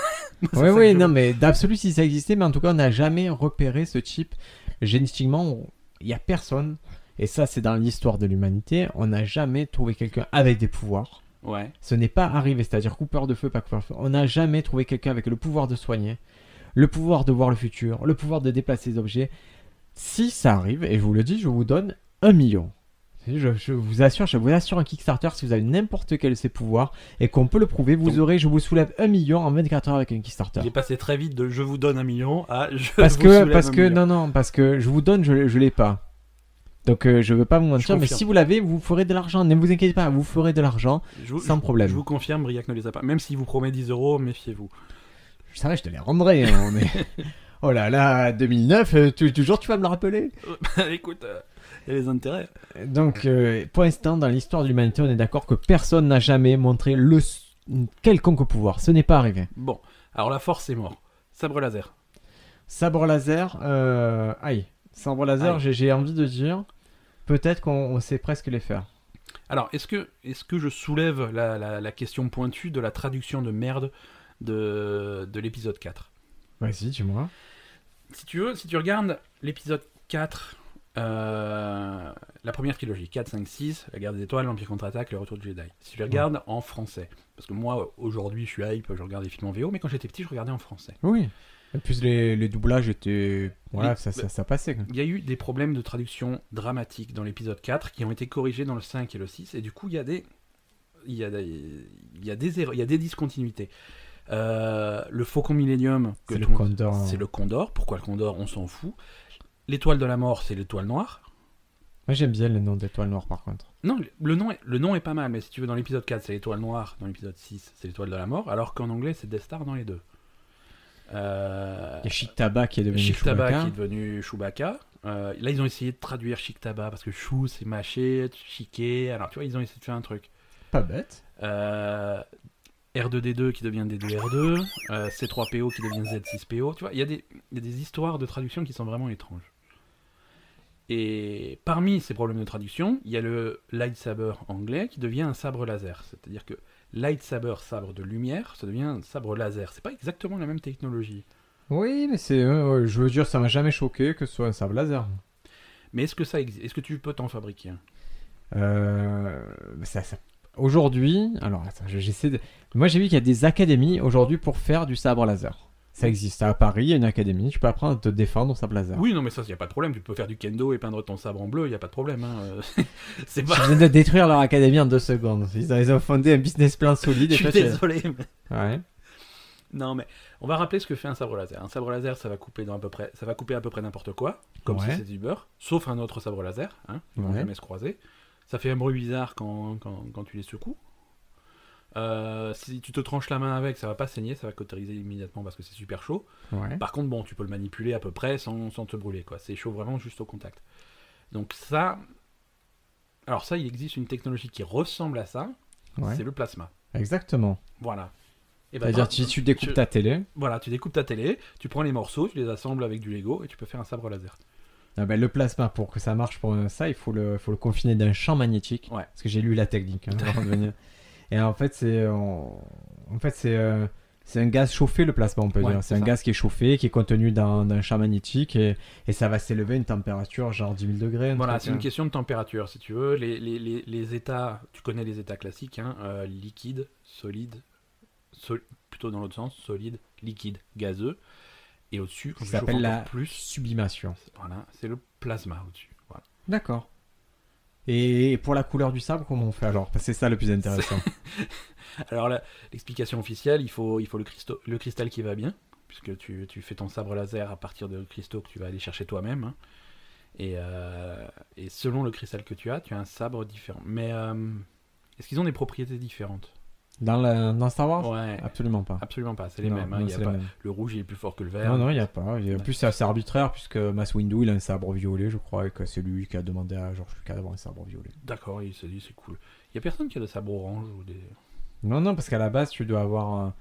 S3: oui, oui, non, mais d'absolu si ça existait, mais en tout cas, on n'a jamais repéré ce type. Génétiquement, on- il n'y a personne, et ça, c'est dans l'histoire de l'humanité, on n'a jamais trouvé quelqu'un avec des pouvoirs.
S2: Ouais.
S3: Ce n'est pas arrivé, c'est-à-dire coupeur de feu, pas coupeur de feu. On n'a jamais trouvé quelqu'un avec le pouvoir de soigner, le pouvoir de voir le futur, le pouvoir de déplacer les objets. Si ça arrive, et je vous le dis, je vous donne un million. Je, je vous assure, je vous assure un Kickstarter, si vous avez n'importe quel de ces pouvoirs et qu'on peut le prouver, vous
S2: Donc-
S3: aurez, je vous soulève un million en 24 heures avec un Kickstarter.
S2: Il est passé très vite de je vous donne un million à je
S3: Parce
S2: vous
S3: que,
S2: soulève
S3: parce
S2: un
S3: que,
S2: million.
S3: non, non, parce que je vous donne, je, je l'ai pas. Donc euh, je veux pas vous mentir, mais
S2: confirme.
S3: si vous l'avez, vous ferez de l'argent. Ne vous inquiétez pas, vous ferez de l'argent
S2: Je vous-
S3: sans
S2: je-
S3: problème.
S2: Je vous confirme, Briac ne les a pas. Même s'il vous promet 10 euros, méfiez-vous. [laughs]
S3: Ça va, je te les rendrai. hein, mais... [laughs] oh là là, 2009, euh, tu- toujours tu vas me le rappeler
S2: Écoute, euh, il y a les intérêts.
S3: Donc, euh, pour l'instant, dans l'histoire de l'humanité, on est d'accord que personne n'a jamais montré le s- quelconque pouvoir. Ce n'est pas arrivé.
S2: Bon, alors la force est mort. Sabre laser.
S3: Sabre laser, euh... aïe. Sabre laser,
S2: Aïe.
S3: j'ai- j'ai envie de dire, peut-être qu'on on sait presque les faire.
S2: Alors, est-ce que, est que je soulève la, la- la question pointue de la traduction de merde de, de l'épisode 4
S3: Vas-y, dis-moi.
S2: Si tu veux, si tu regardes l'épisode 4, euh, la première trilogie, 4, 5, 6, La guerre des étoiles, l'Empire contre-attaque, Le retour de Jedi. Si tu les regardes en français, parce que moi, aujourd'hui, je suis hype, je regarde des films en VO, mais quand j'étais petit, je regardais en français.
S3: Oui. Et puis les, les doublages étaient. Voilà,
S2: Les-
S3: ça, ça, ça passait. quoi.
S2: Il y a eu des problèmes de traduction dramatique dans l'épisode 4 qui ont été corrigés dans le 5 et le 6, et du coup, il y a des, il y a des, il y a des, erreurs- il y a des discontinuités. Euh, le Faucon Millenium, que
S3: C'est le
S2: tout monde-
S3: condor.
S2: c'est le hein. Condor. Pourquoi le Condor On s'en fout. L'étoile de la mort, c'est l'étoile noire.
S3: Moi, j'aime bien le nom d'étoile noire, par contre.
S2: Non, le- le nom, est, le nom est pas mal, mais si tu veux, dans l'épisode 4, c'est l'étoile noire, dans l'épisode 6, c'est l'étoile de la mort, alors qu'en anglais, c'est Death Star dans les deux. Euh,
S3: Il y a Chic Taba qui est devenu.
S2: Chic Taba
S3: Chewbacca.
S2: qui est devenu Chewbacca. Euh, là, ils ont essayé de traduire Chic Taba parce que Chou, c'est mâché, chiqué. Alors, tu vois, ils ont essayé de faire un truc.
S3: Pas bête.
S2: Euh, R2D2 qui devient D2R2. euh, C3PO qui devient Z6PO. Tu vois, il y, a des- il y a des histoires de traduction qui sont vraiment étranges. Et parmi ces problèmes de traduction, il y a le lightsaber anglais qui devient un sabre laser. C'est-à-dire que lightsaber, sabre de lumière, ça devient un sabre laser. C'est pas exactement la même technologie.
S3: Oui, mais c'est. euh, ouais, je veux dire, ça m'a jamais choqué que ce soit un sabre laser.
S2: Mais est-ce que ça existe Est-ce que tu peux t'en fabriquer un
S3: Euh, ça- ça- Aujourd'hui, alors attends, je- j'essaie de. Moi j'ai vu qu'il y a des académies aujourd'hui pour faire du sabre laser. Ça existe à Paris, il y a une académie, tu peux apprendre à te défendre au sabre laser.
S2: Oui, non, mais ça, il a pas de problème. Tu peux faire du kendo et peindre ton sabre en bleu, il n'y a pas de problème. hein, [laughs] euh, C'est
S3: Je
S2: pas.
S3: viens de détruire leur académie en deux secondes. Ils ont, ils ont fondé un business plan solide.
S2: Je
S3: et
S2: suis
S3: toi, tu-
S2: désolé. mais-
S3: Ouais.
S2: Non, mais on va rappeler ce que fait un sabre laser. Un sabre laser, ça va couper, dans à, peu près... ça va couper à peu près n'importe quoi, comme
S3: Ouais.
S2: si c'était du beurre, sauf un autre sabre laser. Hein, ils vont
S3: Ouais.
S2: jamais se croiser. Ça fait un bruit bizarre quand, quand, quand tu les secoues. Euh, si tu te tranches la main avec, ça va pas saigner, ça va cautériser immédiatement parce que c'est super chaud.
S3: Ouais.
S2: Par contre, bon, tu peux le manipuler à peu près sans, sans te brûler, quoi. C'est chaud vraiment juste au contact. Donc ça... Alors ça, il existe une technologie qui ressemble à ça,
S3: ouais.
S2: c'est le plasma.
S3: Exactement.
S2: Voilà. Et ben,
S3: C'est-à-dire,
S2: par-
S3: tu, tu découpes
S2: je-
S3: ta télé.
S2: Voilà, tu découpes ta télé, tu prends les morceaux, tu les assembles avec du Lego et tu peux faire un sabre laser.
S3: Ah ben, le plasma, pour que ça marche, pour euh, ça, il faut le, faut le confiner d'un champ magnétique.
S2: Ouais.
S3: Parce que j'ai lu la technique. hein, avant
S2: [laughs]
S3: de venir. Et en fait, c'est on- en fait, c'est euh, c'est un gaz chauffé, le plasma, on peut
S2: Ouais,
S3: dire.
S2: c'est
S3: C'est un
S2: ça.
S3: gaz qui est chauffé, qui est contenu dans, dans un champ magnétique, et, et ça va s'élever à une température genre 10 000 degrés. un
S2: Voilà,
S3: truc,
S2: c'est une
S3: hein.
S2: question de température, si tu veux. Les, les- les- les états, tu connais les états classiques, hein, euh, liquide, solide, sol- plutôt dans l'autre sens, solide, liquide, gazeux. Et au-dessus, quand
S3: Ça
S2: tu chauffes
S3: s'appelle
S2: encore
S3: la
S2: plus,
S3: sublimation.
S2: Voilà, c'est le plasma au-dessus. Voilà.
S3: D'accord. Et pour la couleur du sable, comment on fait alors Parce que c'est ça le
S2: [laughs]
S3: plus intéressant.
S2: Alors là, l'explication officielle, il faut, il faut le, cristo- le cristal qui va bien, puisque tu, tu fais ton sabre laser à partir de cristaux que tu vas aller chercher toi-même. hein. Et, euh, et selon le cristal que tu as, tu as un sabre différent. Mais euh, est-ce qu'ils ont des propriétés différentes
S3: Dans, la- dans Star Wars
S2: Ouais,
S3: Absolument pas.
S2: absolument pas. C'est les
S3: Non,
S2: mêmes. hein,
S3: non,
S2: il y a
S3: c'est les
S2: pas-
S3: mêmes.
S2: Le rouge il est plus fort que le vert.
S3: Non, non, il n'y a pas. Et En
S2: Ouais.
S3: plus, c'est assez arbitraire puisque Mass Windu, il a un sabre violet, je crois, et que c'est lui qui a demandé à George Lucas d'avoir un sabre violet.
S2: D'accord, il s'est dit c'est cool. Il y a personne qui a de sabre orange ou des.
S3: Non, non, parce qu'à la base, tu dois avoir un...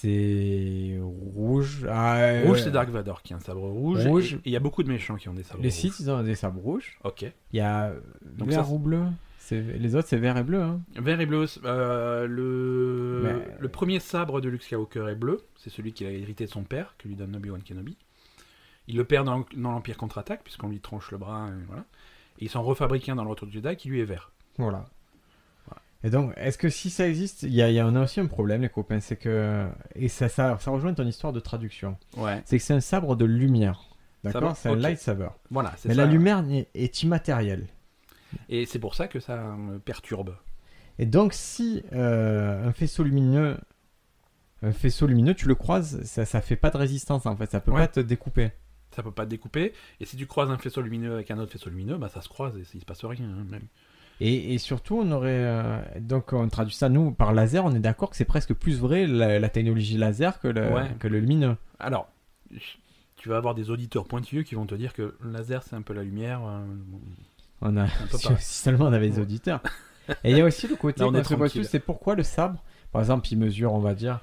S3: C'est rouge. Ah,
S2: Rouge,
S3: euh,
S2: c'est Dark Vador qui a un sabre rouge.
S3: Rouge.
S2: et- et il y a beaucoup de méchants qui ont des sabres
S3: Les
S2: rouges.
S3: Sith, ils ont des sabres rouges.
S2: Ok.
S3: Il y a
S2: Donc
S3: vert
S2: ça,
S3: ou bleu. C'est- Les autres, c'est vert et bleu. hein.
S2: Vert et bleu. euh, le...
S3: Mais-
S2: le premier sabre de Luke Skywalker est bleu. C'est celui qu'il a hérité de son père, que lui donne Obi-Wan Kenobi. Il le perd dans, dans l'Empire contre-attaque, puisqu'on lui tranche le bras. Et voilà. Et il s'en refabrique un dans le Retour du Jedi qui lui est vert.
S3: Voilà.
S2: Voilà.
S3: Et donc, est-ce que si ça existe, il y a, il y a- on a aussi un problème, les copains, c'est que. Et ça, ça, ça rejoint ton histoire de traduction.
S2: Ouais.
S3: C'est que c'est un sabre de lumière. D'accord
S2: Sabre,
S3: C'est un
S2: ok.
S3: lightsaber.
S2: Voilà, c'est
S3: Mais
S2: ça.
S3: la lumière n'est- est immatérielle.
S2: Et c'est pour ça que ça me perturbe.
S3: Et donc, si euh, un faisceau lumineux. Un faisceau lumineux, tu le croises, ça, ça fait pas de résistance en fait, ça peut
S2: Ouais.
S3: pas te découper.
S2: Ça peut pas te découper. Et si tu croises un faisceau lumineux avec un autre faisceau lumineux, bah ça se croise et il se passe rien. hein, même.
S3: Et, et surtout, on aurait. euh, donc, on traduit ça nous par laser, on est d'accord que c'est presque plus vrai la, la technologie laser que le,
S2: Ouais.
S3: que le lumineux.
S2: Alors, tu vas avoir des auditeurs pointilleux qui vont te dire que le laser c'est un peu la lumière. euh,
S3: On a, [laughs]
S2: peu
S3: si,
S2: pareil.
S3: si seulement on avait des
S2: Ouais. [laughs]
S3: auditeurs. Et il y a aussi le côté
S2: Là, on est
S3: qu'on se pose
S2: tranquille.
S3: tous, c'est pourquoi le sabre, par exemple, il mesure, on va dire,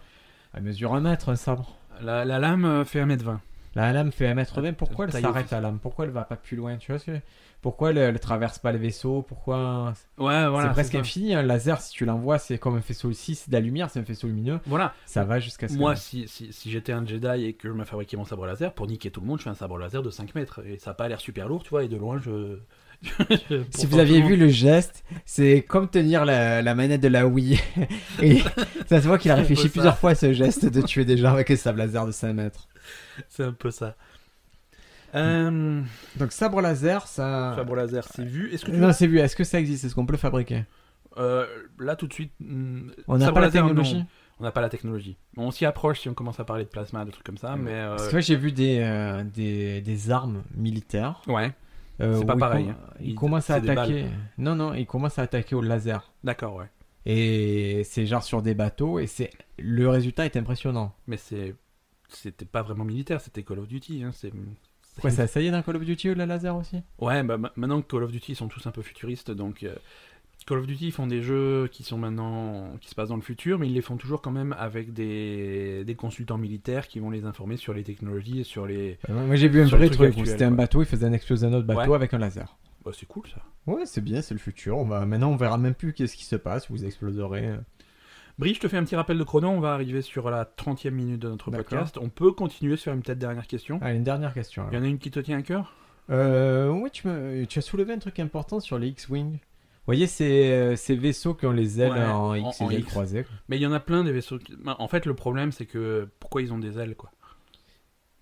S3: il mesure un mètre un sabre.
S2: La, la lame euh, fait 1m20.
S3: La lame fait un mètre vingt, pourquoi elle
S2: Taille
S3: s'arrête
S2: officielle.
S3: la lame Pourquoi elle va pas plus loin Tu vois ce que- Pourquoi elle, elle traverse pas les vaisseaux Pourquoi
S2: Ouais, voilà.
S3: C'est presque
S2: ça.
S3: infini. Un laser, si tu l'envoies, c'est comme un faisceau. Si c'est de la lumière, c'est un faisceau lumineux,
S2: Voilà,
S3: ça va jusqu'à ce
S2: moi
S3: que...
S2: si, si, si j'étais un Jedi et que je m'as fabriqué mon sabre laser, pour niquer tout le monde, je fais un sabre laser de 5 mètres. Et ça n'a pas l'air super lourd, tu vois, et de loin je. [laughs] je- pour
S3: Si vous
S2: tout
S3: aviez
S2: le
S3: vu le geste, c'est comme tenir la, la manette de la Wii. [laughs] Et ça se voit qu'il
S2: [laughs]
S3: a
S2: C'est un peu
S3: réfléchi
S2: ça.
S3: plusieurs fois à ce geste de tuer des gens avec un sabre laser de 5 mètres.
S2: monde, C'est un peu ça. Euh,
S3: Donc sabre laser, ça.
S2: Sabre laser, c'est vu. Est-ce que tu-
S3: Non, c'est vu. Est-ce que ça existe Est-ce qu'on peut le fabriquer
S2: Euh, là tout de suite, hmm,
S3: On n'a
S2: sabre
S3: pas la
S2: laser, non. Euh,
S3: technologie.
S2: On n'a pas la technologie. Bon, on s'y approche si on commence à parler de plasma, de trucs comme ça,
S3: Ouais.
S2: mais. euh,
S3: Parce que ouais, j'ai vu des, euh, des, des armes militaires.
S2: Ouais,
S3: euh,
S2: C'est pas
S3: où ils
S2: pareil,
S3: com-
S2: hein.
S3: Ils,
S2: Ils-
S3: commencent à
S2: c'est des
S3: attaquer. Non, non, ils commencent à attaquer au laser.
S2: d'accord, ouais.
S3: Et c'est genre sur des bateaux et c'est le résultat est impressionnant.
S2: Mais c'est. C'était pas vraiment militaire, c'était Call of Duty. Hein. C'est.
S3: Quoi, ça, ça y est dans Call of Duty ou le laser aussi
S2: Ouais, bah, ma- maintenant que Call of Duty ils sont tous un peu futuristes, donc euh, Call of Duty ils font des jeux qui sont maintenant qui se passent dans le futur, mais ils les font toujours quand même avec des, des consultants militaires qui vont les informer sur les technologies et sur les.
S3: Euh, Moi j'ai vu un
S2: Sur le
S3: vrai
S2: truc
S3: truc. où
S2: actuel,
S3: C'était un
S2: quoi.
S3: bateau, il faisait un exploser un autre bateau
S2: Ouais.
S3: avec un laser.
S2: Bah, c'est cool ça.
S3: Ouais, c'est bien, c'est le futur. On va... Maintenant on verra même plus qu'est-ce qui se passe. Vous exploserez. euh.
S2: Brie, je te fais un petit rappel de chrono. On va arriver sur la 30e minute de notre
S3: D'accord.
S2: podcast. On peut continuer sur une peut-être dernière question.
S3: Allez, Ah, une dernière question.
S2: Il y en a une qui te tient à cœur
S3: Euh, oui, tu, me- tu as soulevé un truc important sur les X-Wing. Vous voyez ces, euh, ces vaisseaux qui ont les ailes
S2: Ouais,
S3: en
S2: en-
S3: X et
S2: en
S3: les ailes
S2: X.
S3: croisées. quoi.
S2: Mais il y en a plein des vaisseaux. qui- Ben, En fait, le problème, c'est que pourquoi ils ont des ailes, quoi.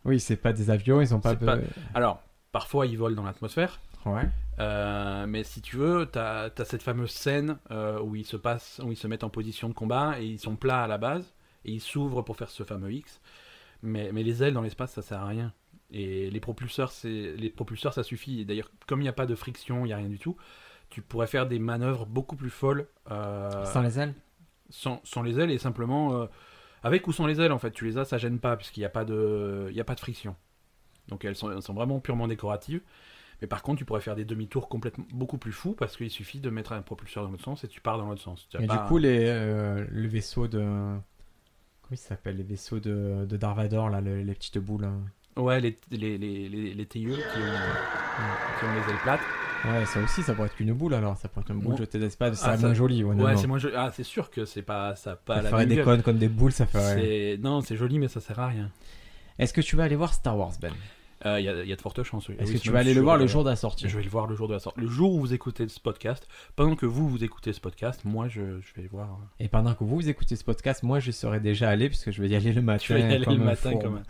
S3: Oui, c'est pas des avions, ils ont pas...
S2: C'est
S3: de-
S2: Alors, parfois, ils volent dans l'atmosphère.
S3: Ouais.
S2: Euh, mais si tu veux, t'as as cette fameuse scène euh, où ils se passent, où ils se mettent en position de combat et ils sont plats à la base et ils s'ouvrent pour faire ce fameux X. Mais, mais les ailes dans l'espace, ça sert à rien. Et les propulseurs, c'est les propulseurs, ça suffit. Et d'ailleurs, comme il n'y a pas de friction, il n'y a rien du tout. Tu pourrais faire des manœuvres beaucoup plus folles euh,
S3: Sans les ailes
S2: sans, sans les ailes et simplement euh, avec ou sans les ailes en fait tu les as ça gêne pas puisqu'il n'y a pas de il y a pas de friction donc elles sont, elles sont vraiment purement décoratives mais par contre tu pourrais faire des demi-tours complètement beaucoup plus fous parce qu'il suffit de mettre un propulseur dans l'autre sens et tu pars dans l'autre sens Tu as
S3: Et du
S2: pas-
S3: coup, les, euh, le vaisseau de... Comment ils s'appellent Les vaisseaux de, de Darvador, là, le- les petites boules. hein.
S2: ouais les les, les, les- les TIE qui ont, qui ont les ailes plates
S3: Ouais, ça aussi, ça pourrait être qu'une boule, alors. Ça pourrait être une boule
S2: Bon.
S3: jetée d'espace,
S2: Ah,
S3: ça
S2: ça-
S3: serait joli,
S2: ouais,
S3: honnêtement.
S2: c'est moins joli. ah c'est sûr que c'est pas ça a pas
S3: ça
S2: la
S3: ferait
S2: même
S3: des
S2: gueule.
S3: connes comme des boules, ça ferait...
S2: C'est- non c'est joli mais ça sert à rien
S3: Est-ce que tu vas aller voir Star Wars, Ben
S2: Euh, il y, a- il y a de fortes chances oui.
S3: Est-ce
S2: Oui,
S3: que tu
S2: même
S3: vas aller le
S2: sur,
S3: voir le
S2: euh,
S3: jour de la sortie
S2: Je vais le voir le jour de la sortie. Le jour où vous écoutez ce podcast, pendant que vous, vous écoutez ce podcast, moi, je, je vais voir. hein.
S3: Et pendant que vous, vous écoutez ce podcast, moi je serais déjà allé puisque je vais y aller le matin.
S2: Tu vas y aller
S3: comme
S2: le
S3: un
S2: matin
S3: fourbe.
S2: comme un,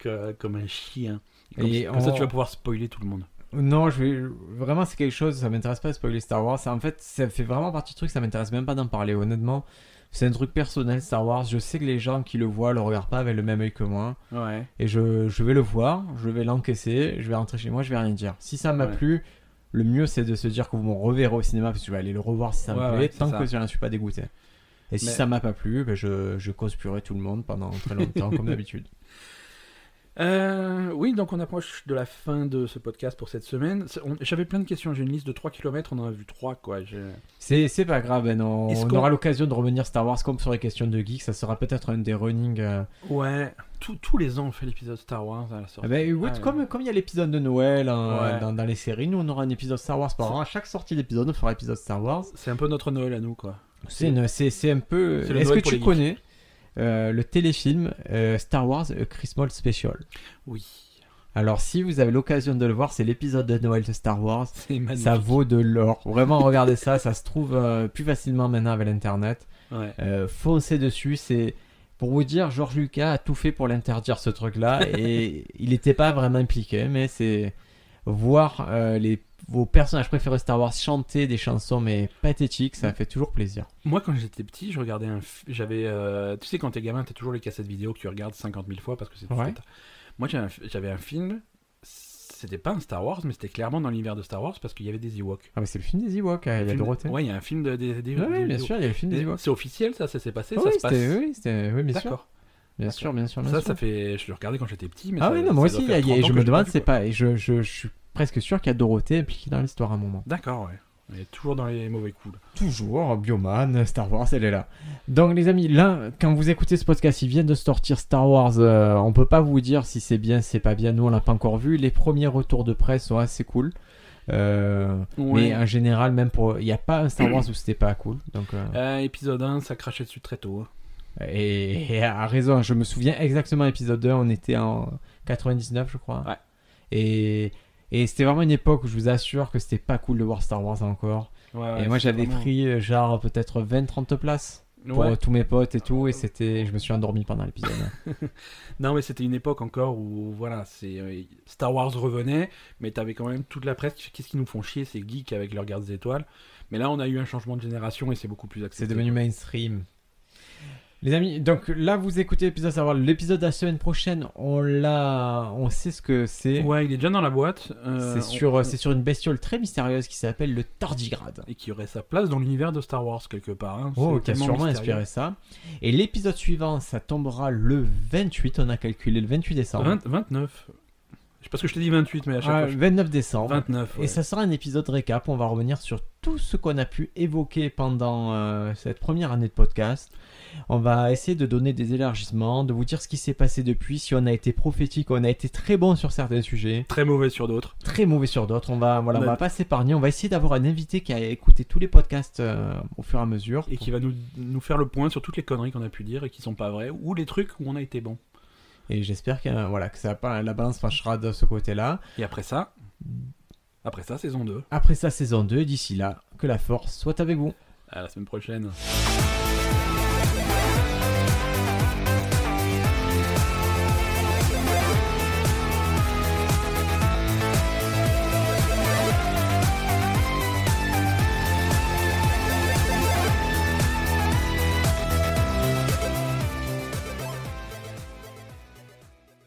S2: que- comme un chien. Et comme
S3: Et
S2: comme ça,
S3: on-
S2: tu vas pouvoir spoiler tout le monde.
S3: Non, je vais... vraiment c'est quelque chose, ça m'intéresse pas de spoiler Star Wars. Ça, En fait, ça fait vraiment partie du truc, ça m'intéresse même pas d'en parler honnêtement. C'est un truc personnel Star Wars. Je sais que les gens qui le voient le regardent pas avec le même œil que moi.
S2: Ouais.
S3: Et je, je vais le voir, je vais l'encaisser, je vais rentrer chez moi, je vais rien dire. Si ça m'a
S2: Ouais.
S3: plu, le mieux c'est de se dire que vous me reverrez au cinéma parce que je vais aller le revoir si ça
S2: Ouais,
S3: me plaît,
S2: ouais, c'est
S3: tant
S2: ça.
S3: que je ne suis pas dégoûté. Et si
S2: Mais-
S3: ça m'a pas plu, ben, je, je causepurerai tout le monde pendant très
S2: [laughs]
S3: longtemps comme d'habitude.
S2: Euh, oui, donc on approche de la fin de ce podcast pour cette semaine. C'est- on- J'avais plein de questions. J'ai une liste de 3 km. On en a vu 3, quoi. J'ai-
S3: C'est c'est pas grave, Ben, on,
S2: Est-ce
S3: on
S2: qu'on-
S3: aura l'occasion de revenir Star Wars comme sur les questions de geek, ça sera peut-être un des running. euh,
S2: Ouais. Tous- tous les ans, on fait l'épisode Star Wars à la
S3: Ah
S2: sortie.
S3: ben, oui,
S2: Ah, ouais.
S3: comme comme il y a l'épisode de Noël hein,
S2: Ouais.
S3: dans, dans les séries, nous on aura un épisode Star Wars par an. À chaque sortie d'épisode, on fera un épisode Star Wars.
S2: C'est un peu notre Noël à nous, quoi.
S3: C'est une- c'est- c'est un peu.
S2: C'est le
S3: Est-ce
S2: Noël
S3: que
S2: pour
S3: tu
S2: les
S3: connais euh, le téléfilm euh, Star Wars A Christmas Special
S2: Oui.
S3: Alors, si vous avez l'occasion de le voir, c'est l'épisode de Noël de Star Wars.
S2: C'est magnifique.
S3: Ça vaut de l'or. Vraiment, regardez ça. Ça se trouve euh, plus facilement maintenant avec l'internet.
S2: Ouais.
S3: Euh, foncez dessus. C'est pour vous dire, George Lucas a tout fait pour l'interdire ce [laughs] truc-là et il n'était pas vraiment impliqué. Mais c'est voir euh, les vos personnages préférés Star Wars chanter des chansons mais pathétiques, ça fait toujours plaisir.
S2: Moi, quand j'étais petit, je regardais un. f- J'avais. euh, Tu sais, quand t'es gamin, t'as toujours les cassettes vidéo que tu regardes 50 000 fois parce que c'est tout ce que
S3: Ouais.
S2: t'as. Moi, j'avais un f- j'avais un, film. C'était pas un Star Wars, mais c'était clairement dans l'univers de Star Wars parce qu'il y avait des Ewoks.
S3: Ah mais c'est le film des Ewoks, hein, il y a
S2: Film-
S3: Dorothée.
S2: Ouais, il y a un film de, des, des-
S3: Oui,
S2: des
S3: bien
S2: Ewoks.
S3: sûr, il y a le film des Ewoks.
S2: C'est officiel, ça, ça s'est passé,
S3: Ah
S2: ça
S3: oui,
S2: se passe.
S3: c'était- oui, c'était- oui, bien sûr.
S2: D'accord.
S3: Bien sûr, bien sûr, bien
S2: Ça,
S3: sûr.
S2: ça fait. Je le regardais quand j'étais petit, mais.
S3: Ah
S2: ça-
S3: oui, non, moi
S2: ça
S3: aussi,
S2: doit
S3: il y
S2: faire
S3: a- il y a-
S2: 30 ans
S3: je
S2: que
S3: me
S2: l'ai
S3: demande,
S2: vu,
S3: c'est
S2: quoi.
S3: pas. Et je, je, je suis presque sûr qu'il y a Dorothée impliquée dans l'histoire à un moment.
S2: D'accord, ouais. On est toujours dans les mauvais coups. là.
S3: Toujours, Bioman, Star Wars, elle est là. Donc, les amis, là, quand vous écoutez ce podcast, il vient de sortir Star Wars. euh, on peut pas vous dire si c'est bien, c'est pas bien. Nous, on l'a pas encore vu. Les premiers retours de presse sont assez cool. Euh,
S2: Ouais.
S3: Mais en général, même pour. Il n'y a pas un Star Wars où c'était pas cool. Donc. euh,
S2: Euh, épisode 1, ça crachait dessus très tôt. hein.
S3: Et, et à raison, je me souviens exactement épisode 2, on était en 99 je crois.
S2: Ouais.
S3: Et, et c'était vraiment une époque où je vous assure que c'était pas cool de voir Star Wars encore.
S2: Ouais, ouais,
S3: et moi
S2: c'est
S3: j'avais
S2: vraiment-
S3: pris euh, genre peut-être 20-30 places pour
S2: Ouais.
S3: euh, tous mes potes et tout, et c'était, je me suis endormi pendant l'épisode.
S2: Non, mais c'était une époque encore où voilà, c'est euh, Star Wars revenait, mais t'avais quand même toute la presse. qui fait, Qu'est-ce qui nous font chier ces geeks avec leurs gardes des étoiles Mais là, on a eu un changement de génération et c'est beaucoup plus accepté.
S3: [laughs] C'est devenu mainstream. Les amis, donc là vous écoutez l'épisode savoir l'épisode de la semaine prochaine, on l'a, on sait ce que c'est.
S2: Ouais, il est déjà dans la boîte. euh,
S3: c'est
S2: on-
S3: sur, c'est sur une bestiole très mystérieuse qui s'appelle le tardigrade.
S2: Et qui aurait sa place dans l'univers de Star Wars quelque part. hein. C'est
S3: Oh, qui a
S2: tellement
S3: sûrement
S2: mystérieux.
S3: inspiré ça. Et l'épisode suivant, ça tombera le 28, on a calculé le 28 décembre.
S2: 20 29. Je sais pas ce que je t'ai dit 28, mais à chaque
S3: Ah,
S2: fois.
S3: 29 décembre.
S2: je- 29. ouais.
S3: Et ça sera un épisode récap, on va revenir sur tout ce qu'on a pu évoquer pendant euh, cette première année de podcast. On va essayer de donner des élargissements, de vous dire ce qui s'est passé depuis, si on a été prophétique, on a été très bon sur certains sujets,
S2: Très mauvais sur d'autres.
S3: très mauvais sur d'autres. On va voilà, on
S2: Ouais.
S3: va pas s'épargner, on va essayer d'avoir un invité qui a écouté tous les podcasts euh, au fur et à mesure.
S2: Et qui va nous, nous faire le point sur toutes les conneries qu'on a pu dire et qui sont pas vraies, ou les trucs où on a été bon.
S3: Et j'espère que euh, voilà que ça va pas la balance penchera de ce côté-là.
S2: Et après ça, après ça, saison 2.
S3: Après ça, saison 2, d'ici là, que la force soit avec vous.
S2: À la semaine prochaine.
S4: Thank